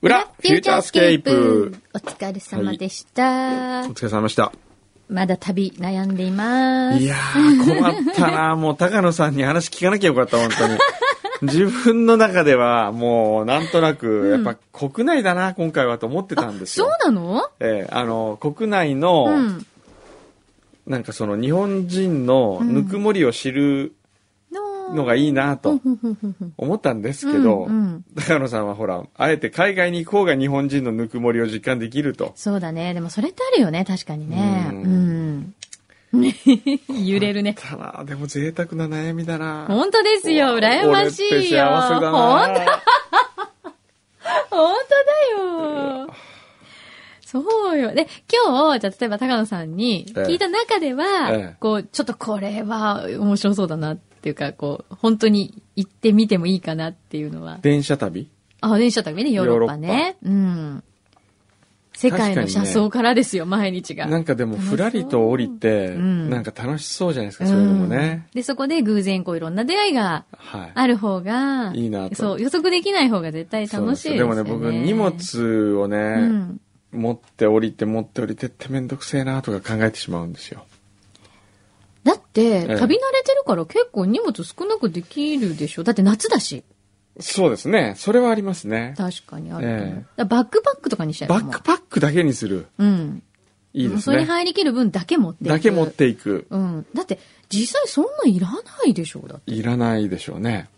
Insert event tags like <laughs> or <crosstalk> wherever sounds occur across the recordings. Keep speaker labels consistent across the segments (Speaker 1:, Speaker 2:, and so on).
Speaker 1: フューチャースケープ。
Speaker 2: お疲れ様でした。
Speaker 1: お疲れ様でした。
Speaker 2: まだ旅悩んでいます。
Speaker 1: いやー、困ったなもう高野さんに話聞かなきゃよかった、本当 <laughs> に。自分の中では、もう、なんとなく、やっぱ国内だな、今回はと思ってたんです
Speaker 2: そう
Speaker 1: よ。
Speaker 2: なの
Speaker 1: ええあの、国内の、
Speaker 2: うん。
Speaker 1: なんかその日本人のぬくもりを知るのがいいなと思ったんですけど、
Speaker 2: うんうん
Speaker 1: 高野さんはほら、あえて海外に行こうが日本人のぬくもりを実感できると。
Speaker 2: そうだね。でもそれってあるよね、確かにね。
Speaker 1: う
Speaker 2: うん。 <laughs> 揺れ
Speaker 1: <laughs>
Speaker 2: るね。
Speaker 1: ただ、でも贅沢な悩みだな
Speaker 2: 本当ですよ。羨まし
Speaker 1: 俺っ
Speaker 2: い
Speaker 1: て
Speaker 2: よ。
Speaker 1: 幸せだ
Speaker 2: 本
Speaker 1: な
Speaker 2: 当本当だよ。そうよ。で、今日、じゃあ例えば高野さんに聞いた中では、
Speaker 1: ええ
Speaker 2: こう、ちょっとこれは面白そうだなっていうか、こう、本当に行ってみてもいいかなっていうのは。
Speaker 1: 電車旅
Speaker 2: あ、電車旅ね、ヨーロッパね。うん。世界の車窓からですよ、毎日が。
Speaker 1: なんかでもふらりと降りて、
Speaker 2: ん
Speaker 1: なんか楽しそうじゃないですか、
Speaker 2: うん
Speaker 1: そういうのもね。
Speaker 2: で、そこで偶然こういろんな出会いが
Speaker 1: はい。
Speaker 2: ある方が、
Speaker 1: いいなと
Speaker 2: そう、予測できない方が絶対楽しいです
Speaker 1: そう
Speaker 2: よ、
Speaker 1: な
Speaker 2: ね。
Speaker 1: んですよでもね、僕、荷物をね、
Speaker 2: うん。
Speaker 1: 持って降りて、持って降りてってめんどくせえなとか考えてしまうんですよ。
Speaker 2: だって、
Speaker 1: ええ
Speaker 2: 旅慣れてるから結構荷物少なくできるでしょだって夏だし。
Speaker 1: そうですね。それはありますね。
Speaker 2: 確かにあると思う。
Speaker 1: ええ
Speaker 2: だからバックパックとかにしちゃえば
Speaker 1: バ
Speaker 2: もう
Speaker 1: ックパックだけにする。
Speaker 2: うん。
Speaker 1: いいで
Speaker 2: もう
Speaker 1: す
Speaker 2: それに
Speaker 1: ね。
Speaker 2: 入りきる分だけ持っていく
Speaker 1: だけ持っていく。
Speaker 2: うん。だって、実際そんないらないでしょだって。
Speaker 1: いらないでしょうね。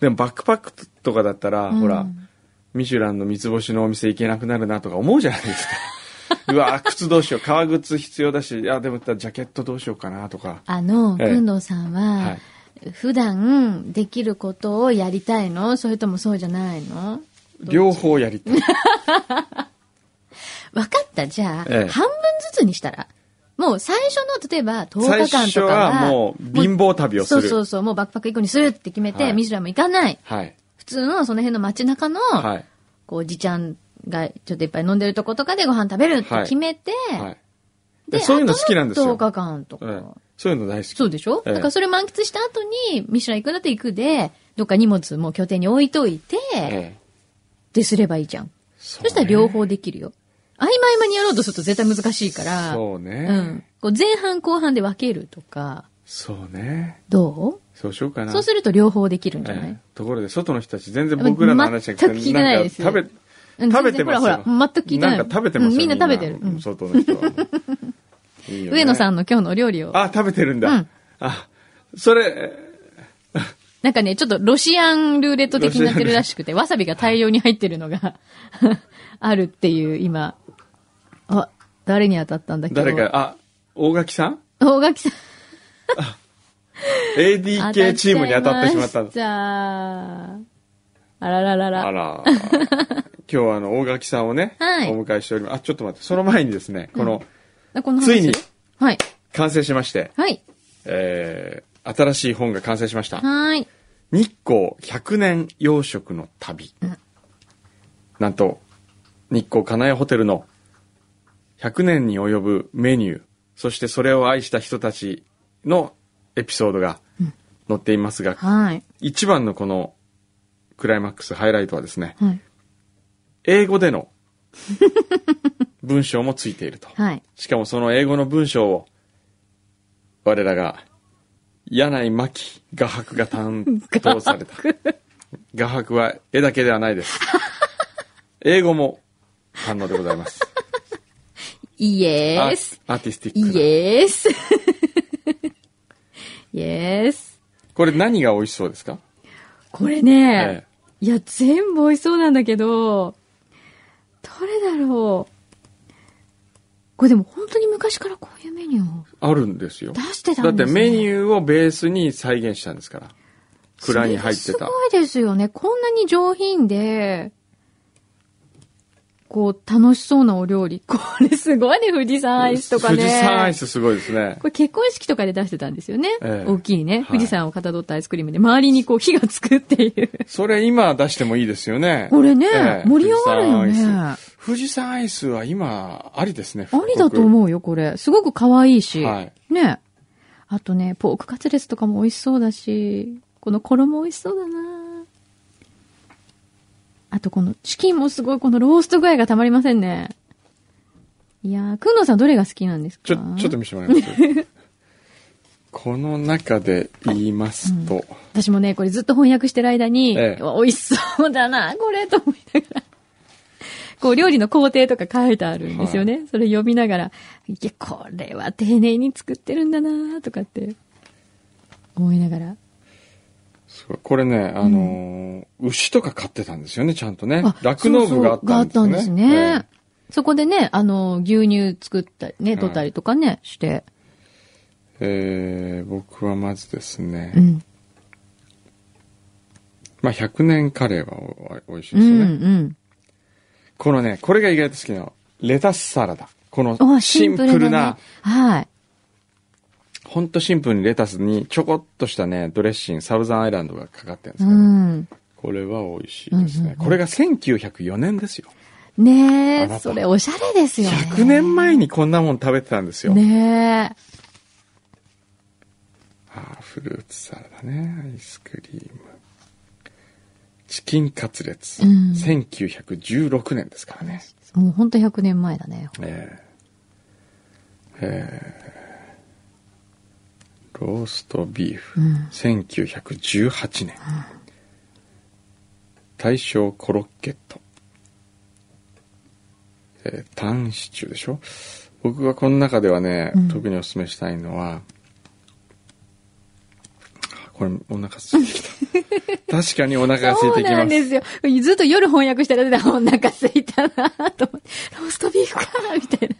Speaker 1: でもバックパックとかだったら、
Speaker 2: ん
Speaker 1: ほら、ミシュランの三つ星のお店行けなくなるなとか思うじゃない
Speaker 2: <laughs>
Speaker 1: ですか。うわ、靴どうしよう、革靴必要だし、いや、でもジャケットどうしようかなとか。
Speaker 2: あの、
Speaker 1: ええ
Speaker 2: くんどうさん
Speaker 1: は
Speaker 2: は、
Speaker 1: い。
Speaker 2: 普段できることをやりたいのそれともそうじゃないの
Speaker 1: 両方やりたい。
Speaker 2: 分かった、じゃあ、
Speaker 1: ええ
Speaker 2: 半分ずつにしたら。もう最初の、例えば10
Speaker 1: 最
Speaker 2: 日間
Speaker 1: 初
Speaker 2: とかは。
Speaker 1: はもう貧乏旅をす
Speaker 2: そう
Speaker 1: る。
Speaker 2: そうそう、もうバックパック行くにするって決めて、
Speaker 1: はい
Speaker 2: ミシュランも行かない。
Speaker 1: はい。
Speaker 2: 普通のその辺の街中の、
Speaker 1: はい。
Speaker 2: こう、おじちゃんがちょっといっぱい飲んでるとことかでご飯食べるって決めて、
Speaker 1: はい。でそういうの好きなんですよ
Speaker 2: あとの10日間とか。
Speaker 1: ええそういうの大好き。
Speaker 2: そうでしょ、
Speaker 1: ええ
Speaker 2: だからそれ満喫した後に、ミシュラン行くんだって行くで、どっか荷物もう拠点に置いといて、
Speaker 1: ええ
Speaker 2: ですればいいじゃん。
Speaker 1: そ
Speaker 2: そしたら両方できるよ。合間合間にやろうとすると絶対難しいから。
Speaker 1: そうね。
Speaker 2: うん。こう前半後半で分けるとか、
Speaker 1: そうね。
Speaker 2: ど
Speaker 1: そうしようか
Speaker 2: う
Speaker 1: な。
Speaker 2: そうすると両方できるんじゃない、
Speaker 1: ええところで、外の人たち全然僕らの話は
Speaker 2: 全く聞いてないです
Speaker 1: んか食べ、
Speaker 2: うん
Speaker 1: 食べてますよ
Speaker 2: 全然ほらほら、全く聞いてない。
Speaker 1: なんか食べてますよ、
Speaker 2: うんみんな食べてる。うん
Speaker 1: 外の人は。いいよね
Speaker 2: 上野さんの今日のお料理を。
Speaker 1: あ、食べてるんだ。
Speaker 2: うん
Speaker 1: あ、それ、
Speaker 2: なんかね、ちょっとロシアンルーレット的になってるらしくて、わさびが大量に入ってるのが、 <laughs> あるっていう、今。あ、誰に当たったんだっけ
Speaker 1: 誰か、あ、大垣さん
Speaker 2: 大垣さん。
Speaker 1: ?ADK チームに当たってしまった
Speaker 2: 当。ちゃいましたあらららら。
Speaker 1: あら。今日はあの、大垣さんをね、
Speaker 2: はい
Speaker 1: お迎えしております。あ、ちょっと待って、その前にですね、この、
Speaker 2: あこの話
Speaker 1: ついに
Speaker 2: はい。
Speaker 1: 完成しまして、
Speaker 2: はい。
Speaker 1: えー、新しい本が完成しました。
Speaker 2: はーい。
Speaker 1: 日光100年養殖の旅。なんと、日光金谷ホテルの100年に及ぶメニュー、そしてそれを愛した人たちのエピソードが載っていますが、
Speaker 2: はい。
Speaker 1: 一番のこのクライマックス、ハイライトはですね、
Speaker 2: はい。
Speaker 1: 英語での文章もついていると。
Speaker 2: はい。
Speaker 1: しかもその英語の文章を、我らが、柳井真紀画伯が担当された。画伯は絵だけではないです。英語も反応でござい
Speaker 2: <laughs>
Speaker 1: ます。
Speaker 2: イエ
Speaker 1: ア
Speaker 2: ー
Speaker 1: ー
Speaker 2: ス。
Speaker 1: アーティスティック
Speaker 2: イ
Speaker 1: な。
Speaker 2: エース。 <laughs> イエース。
Speaker 1: これ何が美味しそうですか
Speaker 2: これ
Speaker 1: え
Speaker 2: ね、いや、全部美味しそうなんだけど、どれだろう。これでも本当に昔からこういうメニューを
Speaker 1: あるんですよ
Speaker 2: 出。してた
Speaker 1: だっ
Speaker 2: んで
Speaker 1: て
Speaker 2: す、ね、
Speaker 1: メニューをベースに再現したんですから。蔵に入って
Speaker 2: それ
Speaker 1: た
Speaker 2: が。すごいですよね。こんなに上品で、こう、楽しそうなお料理。こ <laughs> れすごいね、富士山アイスとかね。
Speaker 1: 富士山アイスすごいですね
Speaker 2: こ。れ結婚式とかで出してたんですよね。
Speaker 1: ええ
Speaker 2: 大きいね。
Speaker 1: い
Speaker 2: 富士山をかたどったアイスクリームで、周りにこう火がつくって
Speaker 1: <laughs>
Speaker 2: いう。
Speaker 1: それ今出してもいいですよね。
Speaker 2: これね盛り上がるよね
Speaker 1: 富士山アイス。富士山アイスは今、ありですね。
Speaker 2: ありだと
Speaker 1: う。
Speaker 2: 思うよ、これ。すごく可愛いし。
Speaker 1: はい
Speaker 2: ね。あとね、ポークカツレツとかも美味しそうだし、この衣美味しそうだなあとこのチキンもすごいこのロースト具合がたまりませんね。いやー、くんのさんどれが好きなんですか
Speaker 1: ちょ、ちょっと見せてもらいます。 <laughs> この中で言いますと、
Speaker 2: 私もね、これずっと翻訳してる間に、
Speaker 1: ええ
Speaker 2: うわ美味しそうだな、これ、と思いながら。 <laughs> こう、料理の工程とか書いてあるんですよね。それ読みながら、いや、これは丁寧に作ってるんだな、とかって、思いながら。
Speaker 1: すごいこれね、あのー牛とか飼ってたんですよね、ちゃんとね
Speaker 2: あ。
Speaker 1: 酪農部があったんですよね。
Speaker 2: そうそうがあったんですねそこでね、あの、牛乳作ったりね、取ったりとかね、して。
Speaker 1: えーえー僕はまずですね、
Speaker 2: うん。
Speaker 1: まあ100年カレーはおお美味しい
Speaker 2: うん、
Speaker 1: で
Speaker 2: う
Speaker 1: すよね、
Speaker 2: ん。
Speaker 1: このね、これが意外と好きなのレタスサラダ。この
Speaker 2: あ
Speaker 1: シンプルな、。
Speaker 2: シンプルだねはい。
Speaker 1: ほんとシンプルにレタスにちょこっとしたね、ドレッシング、サウザンアイランドがかかってるんです
Speaker 2: う
Speaker 1: けど、
Speaker 2: ん。
Speaker 1: これは美味しいですね。
Speaker 2: うんうんうん
Speaker 1: これが1904年ですよ。あ
Speaker 2: ね
Speaker 1: な
Speaker 2: え、
Speaker 1: た
Speaker 2: それおしゃれですよね。
Speaker 1: 100年前にこんなもん食べてたんですよ。
Speaker 2: ねえ。
Speaker 1: ああ、フルーツサラダね、アイスクリーム。チキンカツレツ。
Speaker 2: うん
Speaker 1: 1916年ですからね。
Speaker 2: もうほんと100年前だね。
Speaker 1: えーえーローストビーフ。
Speaker 2: うん
Speaker 1: 1918年。大正コロッケット。えータンシチューでしょ僕がこの中ではね、
Speaker 2: うん
Speaker 1: 特におすすめしたいのは、あこれお腹空いてき
Speaker 2: <laughs>
Speaker 1: た。確かにお腹が空い
Speaker 2: そ
Speaker 1: て
Speaker 2: う
Speaker 1: き
Speaker 2: な
Speaker 1: ます。
Speaker 2: んですよ。ずっと夜翻訳してられたらお腹空いたなと思って、ローストビーフかみたいな。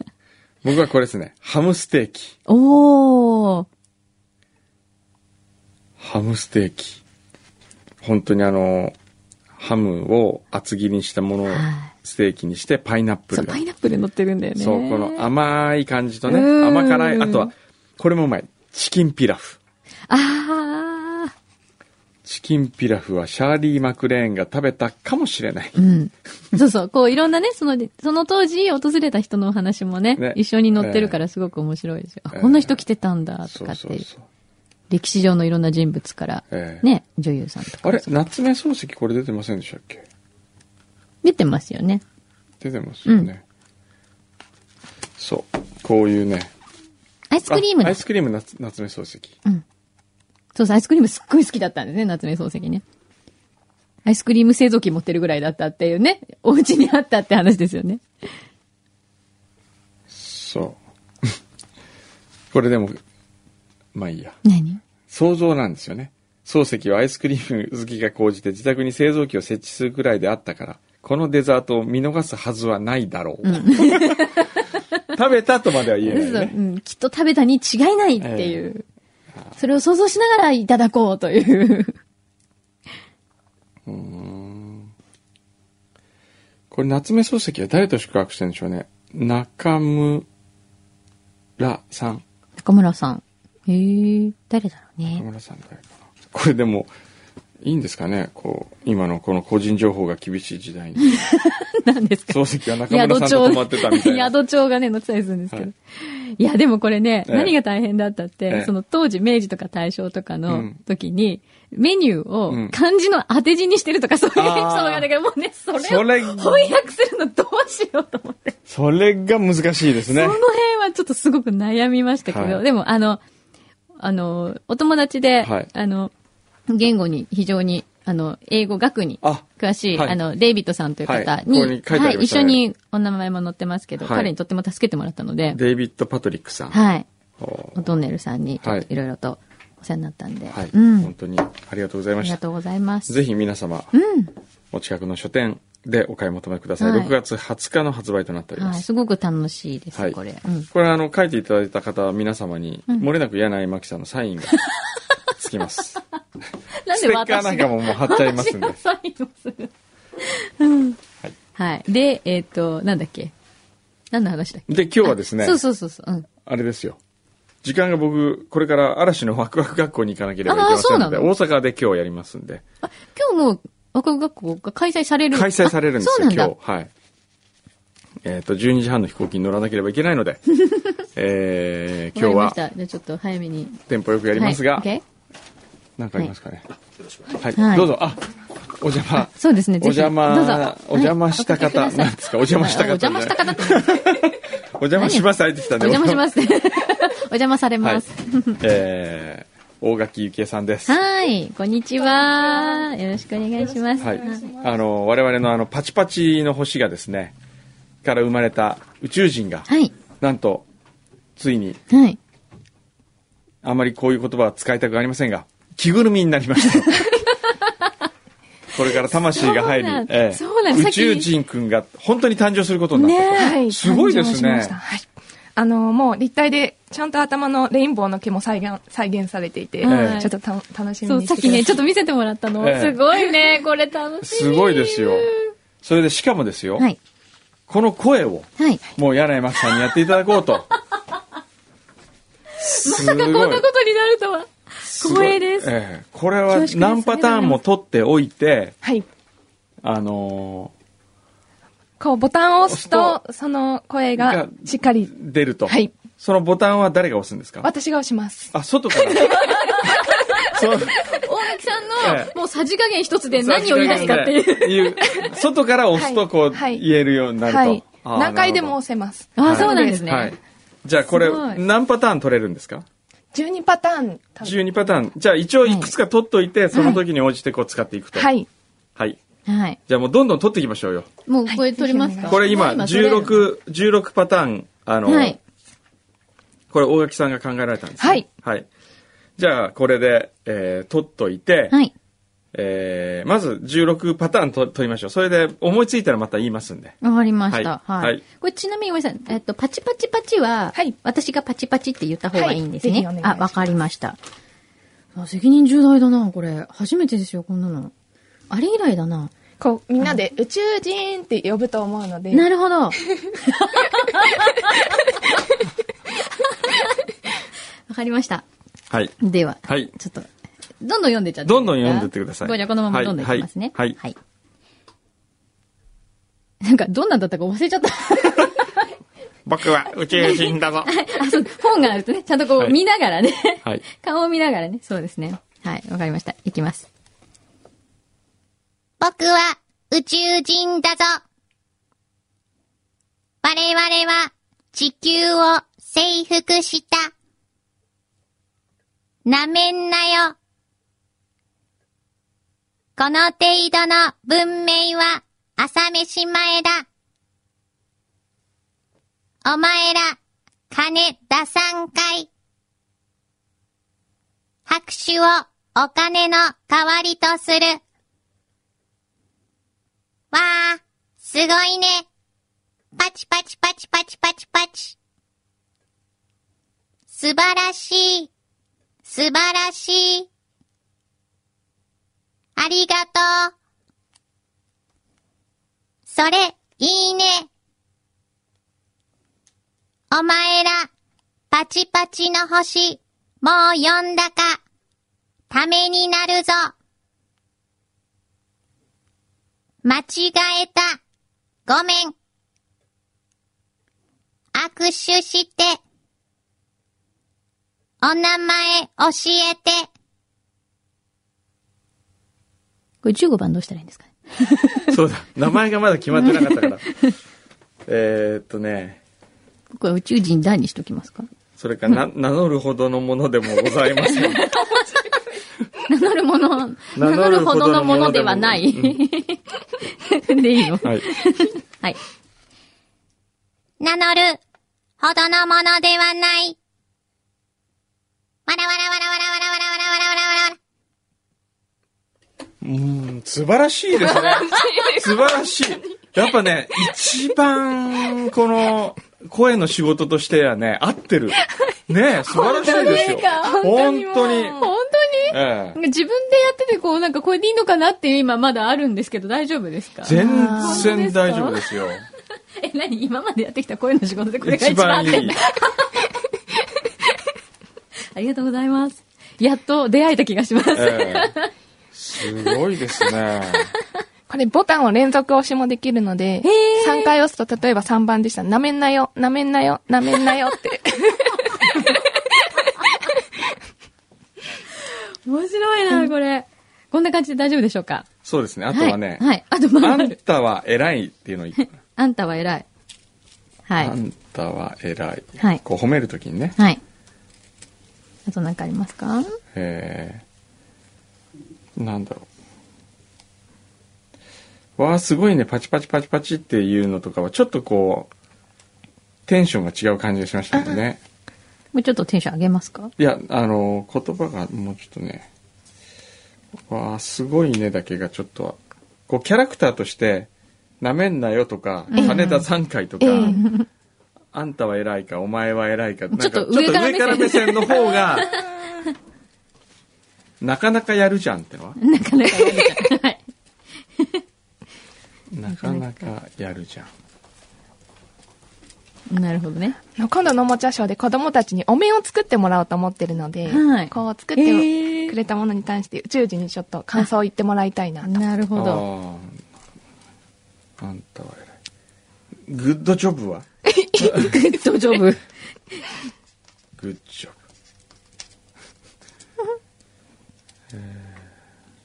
Speaker 1: 僕はこれですね、ハムステーキ。
Speaker 2: おー。
Speaker 1: ハムステーキ。本当にあの、ハムを厚切りにしたものを
Speaker 2: はい
Speaker 1: ステーキにしてパイナップ
Speaker 2: そ
Speaker 1: ル
Speaker 2: う、
Speaker 1: が
Speaker 2: パイナップル乗ってるんだよね。
Speaker 1: そう、この甘い感じとね、
Speaker 2: うん
Speaker 1: 甘辛い。あとは、これもうまい。チキンピラフ。
Speaker 2: あ
Speaker 1: チキンピラフはシャーリー・マクレーンが食べたかもしれない
Speaker 2: ー。。うん。そうそう、こういろんなね、その、その当時訪れた人のお話もね、
Speaker 1: ね
Speaker 2: 一緒に乗ってるからすごく面白いですよ。
Speaker 1: ええ
Speaker 2: あこんな人来てたんだ、と
Speaker 1: そ
Speaker 2: か
Speaker 1: う
Speaker 2: って
Speaker 1: そうそう。
Speaker 2: 歴史上のいろんな人物から、
Speaker 1: ええ
Speaker 2: ね、女優さんとか。
Speaker 1: あれ夏目漱石これ出てませんでしたっけ
Speaker 2: 出てますよね。
Speaker 1: 出てますよね。そう。こういうね。
Speaker 2: アイスクリーム
Speaker 1: あ
Speaker 2: だ
Speaker 1: アイスクリーム夏夏目漱石。
Speaker 2: そうそう、アイスクリームすっごい好きだったんですね、夏目漱石ね。アイスクリーム製造機持ってるぐらいだったっていうね、お家にあったって話ですよね。
Speaker 1: そう。 <laughs> これでも、まあいいや。
Speaker 2: 何
Speaker 1: 想像なんですよね。漱石はアイスクリーム好きが高じて自宅に製造機を設置するくらいであったから、このデザートを見逃すはずはないだろう。 <laughs> 食べたとまでは言えない
Speaker 2: 嘘、
Speaker 1: ね。
Speaker 2: うん、きっと食べたに違いないっていう。それを想像しながらいただこうという。
Speaker 1: これ夏目漱石は誰と宿泊してるんでしょうね。中村さん。
Speaker 2: 中村さん。へえ、誰だろう
Speaker 1: 中
Speaker 2: ね。
Speaker 1: 村さん誰かな。これでも、いいんですかねこう、今のこの個人情報が厳しい時代に。
Speaker 2: <laughs> 何ですか
Speaker 1: 漱石は中村さんと泊まってたみたいな。
Speaker 2: 宿帳がね、載ってたりするんですけど。
Speaker 1: はい
Speaker 2: い、や、でもこれね、
Speaker 1: ええ
Speaker 2: 何が大変だったって、
Speaker 1: ええ
Speaker 2: その当時、明治とか大正とか
Speaker 1: う
Speaker 2: の
Speaker 1: ん
Speaker 2: 時に、メニュー
Speaker 1: うん
Speaker 2: を漢字の当て字にしてるとか、そういうエピソード
Speaker 1: あー
Speaker 2: があるけど、もうね、それを
Speaker 1: それ
Speaker 2: 翻訳するのどうしようと思って。
Speaker 1: それが難しいですね
Speaker 2: その。辺はちょっとすごく悩みましたけど、
Speaker 1: はい
Speaker 2: でもあの、あの、お友達で、
Speaker 1: はい
Speaker 2: あの、言語に非常に、あの、英語学に
Speaker 1: あ
Speaker 2: 詳しい、
Speaker 1: はい
Speaker 2: あの、デイビッドさんという
Speaker 1: は
Speaker 2: 方
Speaker 1: いここ
Speaker 2: に、
Speaker 1: に書いてありま
Speaker 2: 一
Speaker 1: した
Speaker 2: 緒
Speaker 1: ね
Speaker 2: にお名前も載ってますけど、
Speaker 1: はい
Speaker 2: 彼にとっても助けてもらったので、
Speaker 1: デイビッド・パトリックさん。
Speaker 2: はい。
Speaker 1: お
Speaker 2: オトンネルさんに、ちょっ
Speaker 1: はい
Speaker 2: といろいろとお世話になったんで、
Speaker 1: はい、
Speaker 2: うん。
Speaker 1: 本当にありがとうござい
Speaker 2: あ
Speaker 1: ま
Speaker 2: り
Speaker 1: し
Speaker 2: が
Speaker 1: た。
Speaker 2: とうございます。
Speaker 1: ぜひ皆様、お近くの書店でお買い求めください。
Speaker 2: はい
Speaker 1: 6月20日の発売となっておりま
Speaker 2: はい。
Speaker 1: す。
Speaker 2: すごく楽しいです、
Speaker 1: はい
Speaker 2: これ。うん。
Speaker 1: これあの、書いていただいた方、皆様に、漏れなく柳井真紀さんのサインがつきます。
Speaker 2: なん
Speaker 1: ス
Speaker 2: で
Speaker 1: テッカー
Speaker 2: 私
Speaker 1: なん
Speaker 2: が
Speaker 1: かももう貼っちゃいますんで。
Speaker 2: <laughs> 私がサインをする。うん。
Speaker 1: はい
Speaker 2: はい。で、えっ、と、なんだっけ何の話だっけ
Speaker 1: で、今日はですね
Speaker 2: <laughs> そ、うそうそうそう。うん。
Speaker 1: あれですよ。時間が僕、これから嵐のワクワク学校に行かなければいけま
Speaker 2: あーそ
Speaker 1: せ
Speaker 2: うんな
Speaker 1: の
Speaker 2: の
Speaker 1: で、大阪で今日やりますんで、
Speaker 2: あ、今日も、若学校が開催される
Speaker 1: 開催されるんで
Speaker 2: あ
Speaker 1: す
Speaker 2: そう
Speaker 1: よ、
Speaker 2: なんだ
Speaker 1: 今日。。はい。えっと、12時半の飛行機に乗らなければいけないの
Speaker 2: <laughs>
Speaker 1: で、えー今日
Speaker 2: わ
Speaker 1: は
Speaker 2: かりましたじゃあちょっと早めに。
Speaker 1: テンポよくやりますが、
Speaker 2: はい OK
Speaker 1: なんかありますかね。はい、
Speaker 2: はい
Speaker 1: どうぞ。あ、お邪魔。
Speaker 2: そうですね、
Speaker 1: お邪魔、
Speaker 2: どうぞ。
Speaker 1: お邪魔した方、
Speaker 2: はい
Speaker 1: なんですか、お邪魔した
Speaker 2: お
Speaker 1: 方じゃ
Speaker 2: 邪
Speaker 1: な
Speaker 2: 魔
Speaker 1: い。
Speaker 2: した方って何ですか
Speaker 1: <laughs> お邪魔します、入ってきたん
Speaker 2: お
Speaker 1: で。
Speaker 2: 邪魔
Speaker 1: <laughs>
Speaker 2: します。お邪魔され
Speaker 1: は
Speaker 2: ま
Speaker 1: い
Speaker 2: す。。
Speaker 1: えー、大垣ゆきえさんです。
Speaker 2: はい、こんにちは。よろしくお願いします。
Speaker 1: はい。あの、我々のあの、パチパチの星がですね、から生まれた宇宙人が、
Speaker 2: はい、
Speaker 1: なんと、ついに、
Speaker 2: はい。
Speaker 1: あまりこういう言葉は使いたくありませんが、着ぐるみになりました。
Speaker 2: <laughs>
Speaker 1: これから魂が入り
Speaker 2: そうなん、
Speaker 1: え
Speaker 2: そうなん
Speaker 1: え、
Speaker 2: です
Speaker 1: 宇宙人くんが本当に誕生することになったと。
Speaker 3: はい
Speaker 1: すごいですね
Speaker 3: 感じましたはい。あの、もう立体で、ちゃんと頭のレインボーの毛も再現、再現されていて、
Speaker 1: はい
Speaker 3: ちょっとた楽しみ
Speaker 2: そう、
Speaker 3: にし
Speaker 2: さ
Speaker 3: て
Speaker 2: っきね、ちょっと見せてもらったの。
Speaker 1: ええ
Speaker 2: すごいね、これ楽しい。
Speaker 1: すごいですよ。それでしかもですよ、
Speaker 2: はい、
Speaker 1: この声を
Speaker 2: はい。
Speaker 1: もう柳井真紀さんにやっていただこう
Speaker 2: <laughs>
Speaker 1: と。すごい
Speaker 2: こんなことになるとは。光栄です。
Speaker 1: ごいええこれは
Speaker 2: 恐縮です
Speaker 1: 何パターンも取っておいて、
Speaker 3: はい。
Speaker 1: あの
Speaker 3: こう、ボタンを押す
Speaker 1: 押
Speaker 3: と、その声
Speaker 1: が
Speaker 3: がしっかり
Speaker 1: ー、出ると、
Speaker 3: はい
Speaker 1: そのボタンは誰が押すんですか
Speaker 3: 私が押します。
Speaker 1: あ、外から。そう
Speaker 2: <laughs> 大垣さん
Speaker 1: え
Speaker 2: の、もうさじ加減一つで何を言い出すかっていう。
Speaker 1: いう。外から押すとこう
Speaker 3: はいはい
Speaker 1: 言えるようになると。
Speaker 3: はい。
Speaker 1: あー
Speaker 3: 何回で
Speaker 1: な
Speaker 3: も
Speaker 1: る
Speaker 3: 押せます。
Speaker 2: あ、
Speaker 1: はい
Speaker 2: そうなんです
Speaker 1: ほど
Speaker 2: ね。
Speaker 1: はい。じゃあこれ
Speaker 2: すごい
Speaker 1: 何パターン取れるんですか
Speaker 3: 12パターン多分。
Speaker 1: ?12 パターン。じゃあ一応いくつか取っといて、その時に応じてこう使っていくと。
Speaker 3: はい。
Speaker 1: はい。
Speaker 2: はい。
Speaker 1: じゃあもうどんどん取っていきましょうよ。
Speaker 2: もうこれ取ります
Speaker 3: は
Speaker 2: か
Speaker 3: い
Speaker 1: これ今
Speaker 2: もう取れる
Speaker 1: 16、16パターン、あの、
Speaker 2: はい。
Speaker 1: これ大垣さんが考えられたんですね
Speaker 3: はい。
Speaker 1: はい。じゃあこれで、えー取っといて、
Speaker 2: はい。
Speaker 1: えーまず16パターンと取りましょう。それで思いついたらまた言いますんで。
Speaker 2: わかりました。
Speaker 1: はい
Speaker 2: はい。
Speaker 1: はい
Speaker 2: これちなみにごめんなさい。えっと、パチパチパチは、
Speaker 3: はい
Speaker 2: 私がパチパチって言った方がいいんです
Speaker 3: は
Speaker 2: ね。
Speaker 3: いぜひお願いし
Speaker 2: あ、
Speaker 3: ます
Speaker 2: わかりました。あ責任重大だな、これ。初めてですよ、こんなの。あれ以来だな。
Speaker 3: こう、みんなで宇宙人って呼ぶと思うので、
Speaker 2: なるほど。 <laughs> わかりました。
Speaker 1: はい。
Speaker 2: では、
Speaker 1: はい。
Speaker 2: ちょっと、どんどん読んでっちゃっていい
Speaker 1: ど
Speaker 2: ですか。
Speaker 1: んどん読んでってください
Speaker 2: じゃあこのままどんどんいきますね。
Speaker 1: はいはい
Speaker 2: なんか、どんなんだったか忘れちゃった。
Speaker 1: 僕は宇宙人だぞ。
Speaker 2: <laughs> あ、そう、本があるとね、ちゃんとこ
Speaker 1: は
Speaker 2: う
Speaker 1: い
Speaker 2: 見ながらね、 <laughs>
Speaker 1: はい。
Speaker 2: 顔を見ながらね、そうですね。はい、わかりました。いきます。
Speaker 4: 僕は宇宙人だぞ。我々は地球を征服した。なめんなよ。この程度の文明は朝飯前だ。お前ら、金出さんかい。拍手をお金の代わりとする。わあ、すごいね。パチパチパチパチパチパチ。素晴らしい。素晴らしい。ありがとう。それ、いいね。お前ら、パチパチの星、もう読んだか、ためになるぞ。間違えた。ごめん。握手して。お名前教えて。
Speaker 2: これ15番どうしたらいいんですかね。
Speaker 1: そうだ。名前がまだ決まってなかった <laughs> から。えーっとね、
Speaker 2: これ宇宙人だにしときますか。 <laughs>
Speaker 1: それかな、名乗るほどのものでもございません。
Speaker 2: 名乗るもの、名乗るほどのものではない。 <laughs> でいいのは
Speaker 1: <laughs> はい。
Speaker 2: い。
Speaker 4: 名乗るほどのものではない。わらわらわらわらわらわらわらわらわらわら。
Speaker 1: うん、素晴らしいですね。素晴らしい。やっぱね、一番、この、声の仕事としてはね、合ってる。ね素晴らしいですよ。本当に。
Speaker 2: 本
Speaker 1: ええ
Speaker 2: 当に自分でやってて、こう、なんかこれでいいのかなっていう今まだあるんですけど、大丈夫ですか
Speaker 1: 全然大丈夫ですよ。
Speaker 2: え、何今までやってきた声の仕事でこれが
Speaker 1: 一
Speaker 2: 一番合
Speaker 1: 番
Speaker 2: っ
Speaker 1: い
Speaker 2: てん
Speaker 1: い
Speaker 2: だ。。ありがとうございます。やっと出会えた気がします。
Speaker 1: ええすごいですね。
Speaker 3: これボタンを連続押しもできるので、3回押すと、例えば3番でしたら、なめんなよ、なめんなよ、なめんなよって。
Speaker 2: 面白いな、これ。こんな感じで大丈夫でしょうか
Speaker 1: そうですね。あとはね、
Speaker 2: はい。はい、あと、ま
Speaker 1: あ
Speaker 2: あ
Speaker 1: ん
Speaker 2: る。
Speaker 1: たは偉いっていうのを言う
Speaker 2: あんたは偉い。は
Speaker 1: あ
Speaker 2: い。
Speaker 1: んたは偉い。
Speaker 2: はい
Speaker 1: こう褒めるときにね、
Speaker 2: はい。あと何かありますか
Speaker 1: えー、なんだろう。わあ、すごいね、パチパチパチパチっていうのとかは、ちょっとこう、テンションが違う感じがしましたもんね。
Speaker 2: もうちょっとテンション上げますか
Speaker 1: いや、あの、言葉がもうちょっとね、わあ、すごいねだけがちょっと、こう、キャラクターとして、なめんなよとか、金田三回とか、あんたは偉いか、お前は偉いか、なんか
Speaker 2: ちょっと上から目線
Speaker 1: ちょっと目線の方
Speaker 2: <laughs>
Speaker 1: が、なかなかやるじゃんってのは
Speaker 2: なかなかやるじゃんはい。
Speaker 1: なかなかやるじゃん。
Speaker 2: なるほどね。
Speaker 3: 今度のおもちゃショーで子供たちにお面を作ってもらおうと思ってるので、
Speaker 2: はい
Speaker 3: こう作っ
Speaker 2: え
Speaker 3: て
Speaker 2: ー
Speaker 3: くれたものに対して宇宙人にちょっと感想を言ってもらいたいなと。
Speaker 2: なるほど。
Speaker 1: あーあんたは偉い。グッドジョブは
Speaker 2: グ <laughs> ッドジ
Speaker 1: <laughs>
Speaker 2: ョブ。
Speaker 1: グッドジョブ。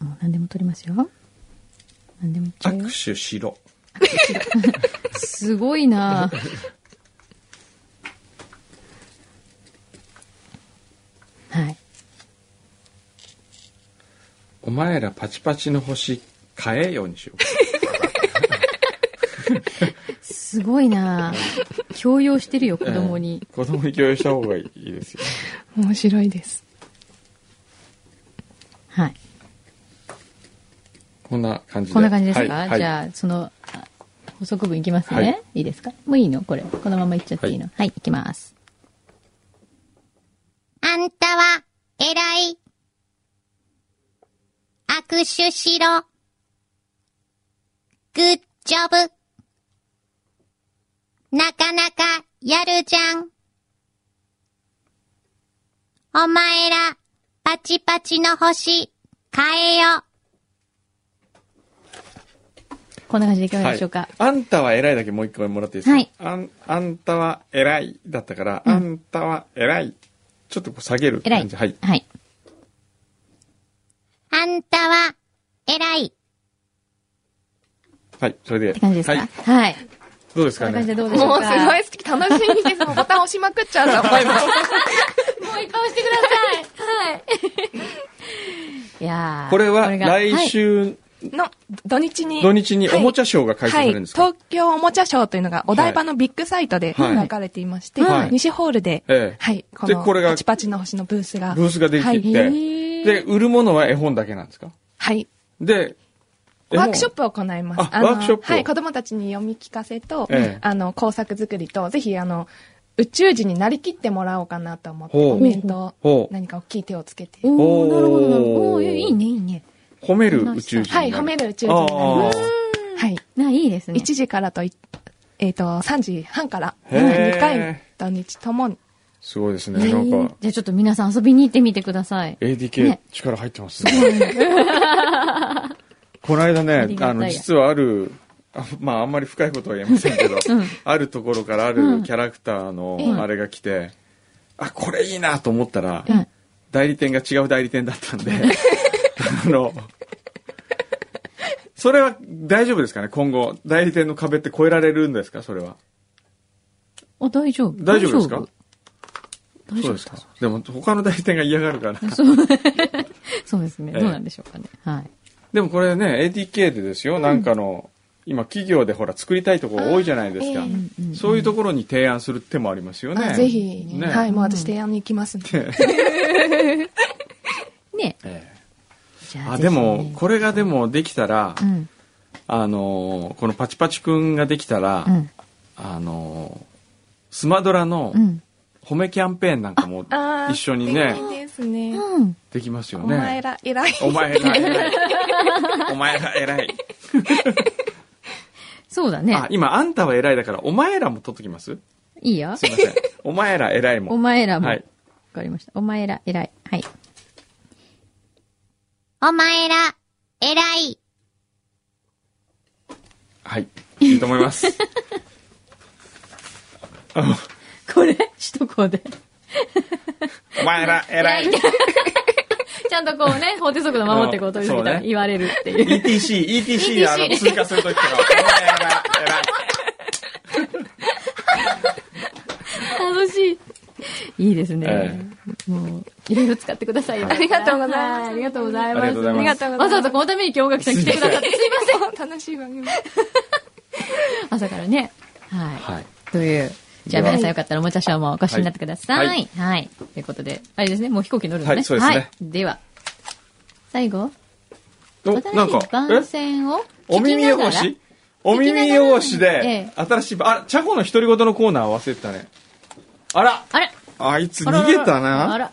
Speaker 2: もう何でも取りますよ。何でもいっちゃうよ
Speaker 1: 握。手しろ。
Speaker 2: すごい
Speaker 1: <laughs>
Speaker 2: なはい。
Speaker 1: お前らパチパチの星変えようにしようか。
Speaker 2: すごいな強要して <laughs> るよ、子供に。
Speaker 1: えー子供に共有した方がいいですよ。
Speaker 3: 面白いです。
Speaker 2: はい。
Speaker 1: こんな感じで。
Speaker 2: こんな感じですか、
Speaker 1: はいはい
Speaker 2: じゃあ、その、あ補足分いきますね。
Speaker 1: はい
Speaker 2: い、いですかもういいのこれ。このままいっちゃっていいの。はい、い、きます。
Speaker 4: あんたは、偉い。握手しろ。グッジョブ。なかなかやるじゃん。お前ら、パチパチの星、変えよ。
Speaker 2: こんな感じでいかがでしょうか、
Speaker 1: はいあんたは偉いだけもう一回もらっていいですか、
Speaker 2: はい
Speaker 1: あんあんたは偉いだったから、あんたは偉い。ちょっとこう下げる
Speaker 2: 偉
Speaker 1: 感
Speaker 2: い。
Speaker 1: じ。はい。
Speaker 2: はい。
Speaker 4: あんたは、偉い。
Speaker 1: はい。それで。
Speaker 2: って感じですか
Speaker 1: は
Speaker 2: はい
Speaker 1: い。。
Speaker 2: はい、
Speaker 1: どうです
Speaker 2: こん
Speaker 1: か
Speaker 2: な感じで
Speaker 1: ね。
Speaker 2: どうでしょう
Speaker 3: も
Speaker 2: か
Speaker 3: うすごい好き。楽しみです。もうボタン押しまくっちゃうと思い <laughs> ます。
Speaker 2: もういい顔してください。はい。いやー
Speaker 1: これは
Speaker 2: が
Speaker 1: 来週
Speaker 3: の、土日に。
Speaker 1: 土日に
Speaker 3: はい
Speaker 1: おもちゃショーが開催されるんですか、
Speaker 3: はい、東京おもちゃショーというのがお台場のビッグサイトで
Speaker 1: はい
Speaker 3: 開かれていまして、
Speaker 1: はい
Speaker 3: 西ホールで、
Speaker 1: ええ
Speaker 3: はい、こ
Speaker 1: で
Speaker 3: の
Speaker 1: これが
Speaker 3: パチパチの星のブースが、
Speaker 1: ブースができていて、
Speaker 3: はい、
Speaker 2: へー
Speaker 1: で、売るものは絵本だけなんですか
Speaker 3: はい、
Speaker 1: で、絵
Speaker 3: ワ
Speaker 1: 本
Speaker 3: ークショップを行います。
Speaker 1: あ
Speaker 3: の
Speaker 1: ワークショップを
Speaker 3: はい、子供たちに読み聞かせと、
Speaker 1: ええ
Speaker 3: あの、工作作りと、ぜひ、あの、宇宙人になりきってもらおうかなと思っ
Speaker 1: ほ
Speaker 3: て、
Speaker 1: う
Speaker 3: お弁当
Speaker 1: ほ、う
Speaker 3: 何か大きい手をつけて、
Speaker 2: おー、なるほど、なるほど。
Speaker 1: お
Speaker 2: お
Speaker 1: ー
Speaker 2: ーいいね、いいね。
Speaker 1: 褒める宇宙人にな
Speaker 3: はい、褒める宇宙人になり
Speaker 1: あ
Speaker 3: ます。
Speaker 1: ー
Speaker 3: はい、
Speaker 2: な、いいですね。
Speaker 3: 1時からとい、えっ、と、3時半から、
Speaker 1: へー
Speaker 3: 2回、土日ともに、
Speaker 1: すごいです
Speaker 2: ね
Speaker 1: ね。なんか、
Speaker 2: じゃあちょっと皆さん遊びに行ってみてください。
Speaker 1: ADK
Speaker 2: ね
Speaker 1: 力入ってますね。この間
Speaker 2: あ
Speaker 1: ね
Speaker 2: り、がたい
Speaker 1: あの、実はある、あまあ、あんまり深いことは言えませ
Speaker 3: <laughs>
Speaker 1: んけど、あるところからあるキャラクターのあれが来て、あ、これいいなと思ったら、
Speaker 2: うん
Speaker 1: 代理店が違う代理店だったんで、 <laughs> あの、それは大丈夫ですかね今後、代理店の壁って越えられるんですかそれは。
Speaker 2: あ、大丈夫。
Speaker 1: 大丈夫ですか
Speaker 2: 大
Speaker 1: そうで
Speaker 2: 丈夫ですす
Speaker 1: か
Speaker 2: か
Speaker 1: でも、他の代理店が嫌がる
Speaker 3: <laughs>
Speaker 1: から。
Speaker 2: そうですね。
Speaker 1: ええ
Speaker 2: どうなんでしょうかね。はい。
Speaker 1: でもこれね、ATK でですよ、なんかの、今企業でほら作りたいところ多いじゃないですか
Speaker 3: あえ
Speaker 2: う
Speaker 3: え
Speaker 2: んう。ん
Speaker 1: そういうところに提案する手もありますよね。
Speaker 3: あぜひ、
Speaker 1: ね
Speaker 3: はい、もう私提案に行きますんで。
Speaker 2: ね。
Speaker 1: ええ
Speaker 2: じゃあ、
Speaker 1: あ、
Speaker 2: ぜ
Speaker 1: で
Speaker 2: ひね
Speaker 1: も、これがでもできたら
Speaker 2: う、ん。
Speaker 1: あのー、このパチパチくんができたら
Speaker 2: う、ん。
Speaker 1: あのー、スマドラの
Speaker 2: うん。
Speaker 1: 褒めキャンペーンなんかも
Speaker 3: あー
Speaker 1: 一緒にね
Speaker 3: 素、敵ですね。
Speaker 2: うん。
Speaker 1: できますよ
Speaker 3: お前
Speaker 1: ね。
Speaker 3: ら偉い。
Speaker 1: お前ら
Speaker 3: <laughs>
Speaker 1: 偉い。お前ら偉い。
Speaker 2: そうだね
Speaker 1: あ、。今、あんたは偉いだから、お前らも取っときます
Speaker 2: いいよ
Speaker 1: す。いません。お前ら偉いも。
Speaker 2: お前らも。
Speaker 1: は
Speaker 2: わ
Speaker 1: い。
Speaker 2: かりました。お前ら偉い。はい。
Speaker 4: お前ら、偉い。
Speaker 1: はい。いいと思います。
Speaker 2: これ、首都高で。
Speaker 1: お前ら偉い。
Speaker 2: ちゃんとこうね、法定速度守ってこうという時
Speaker 1: そう
Speaker 2: に
Speaker 1: ね
Speaker 2: 言われるっていう。
Speaker 1: ETC、ETC であの
Speaker 2: ETC
Speaker 1: 通過するときとか、お前やばい、やばい。
Speaker 2: 楽しい。いいですね
Speaker 1: え。
Speaker 2: もう、いろいろ使ってくださいよ。
Speaker 1: はい
Speaker 3: ありがとうございます
Speaker 2: はありがとうございま
Speaker 1: あ
Speaker 2: す。
Speaker 1: りがとうござい
Speaker 3: あ
Speaker 1: ま
Speaker 3: り
Speaker 1: す
Speaker 3: がとうございます。
Speaker 2: わざわざこのために今日学さん来てくださって、すいま
Speaker 1: <laughs>
Speaker 2: せん。
Speaker 3: ざ楽しい番組。
Speaker 2: 朝からね。はい。
Speaker 1: はい。
Speaker 2: という。じゃあ
Speaker 1: では
Speaker 2: 皆さんよかったらおもちゃショーもお越しになってください。は
Speaker 1: はいい。
Speaker 2: ということで、あれですね、もう飛行機乗るのね。
Speaker 1: はいそうですね
Speaker 2: いでは、最後、
Speaker 1: お、
Speaker 2: 新
Speaker 1: なん
Speaker 2: しい
Speaker 1: か、
Speaker 2: 番
Speaker 1: え
Speaker 2: 宣を
Speaker 1: お
Speaker 2: 聞き
Speaker 1: 耳
Speaker 2: ながら
Speaker 1: 汚しお
Speaker 2: 聞き
Speaker 1: 耳
Speaker 2: ながら
Speaker 1: 汚しで
Speaker 2: え、
Speaker 1: 新しいば、あ、チャコの独り言のコーナー忘れてたね。あら
Speaker 2: あれ
Speaker 1: あいつ
Speaker 2: あら
Speaker 1: 逃げた
Speaker 2: あ
Speaker 1: な。 <laughs>
Speaker 2: ら。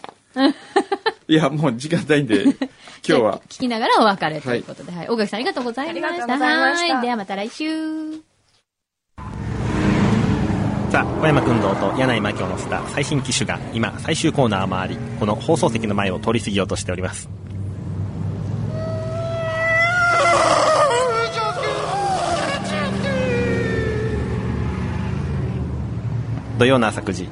Speaker 1: いや、もう時間ないん
Speaker 2: <laughs>
Speaker 1: で、今日は。
Speaker 2: 聞きながらお別れということで、はい。大垣さんありがとうございま
Speaker 3: あり
Speaker 2: した。
Speaker 3: がとうございました
Speaker 2: はい。ではまた来週。
Speaker 5: さあ小山君堂と柳井真紀を乗せた最新機種が今最終コーナーを回りこの放送席の前を通り過ぎようとしております土曜の朝9時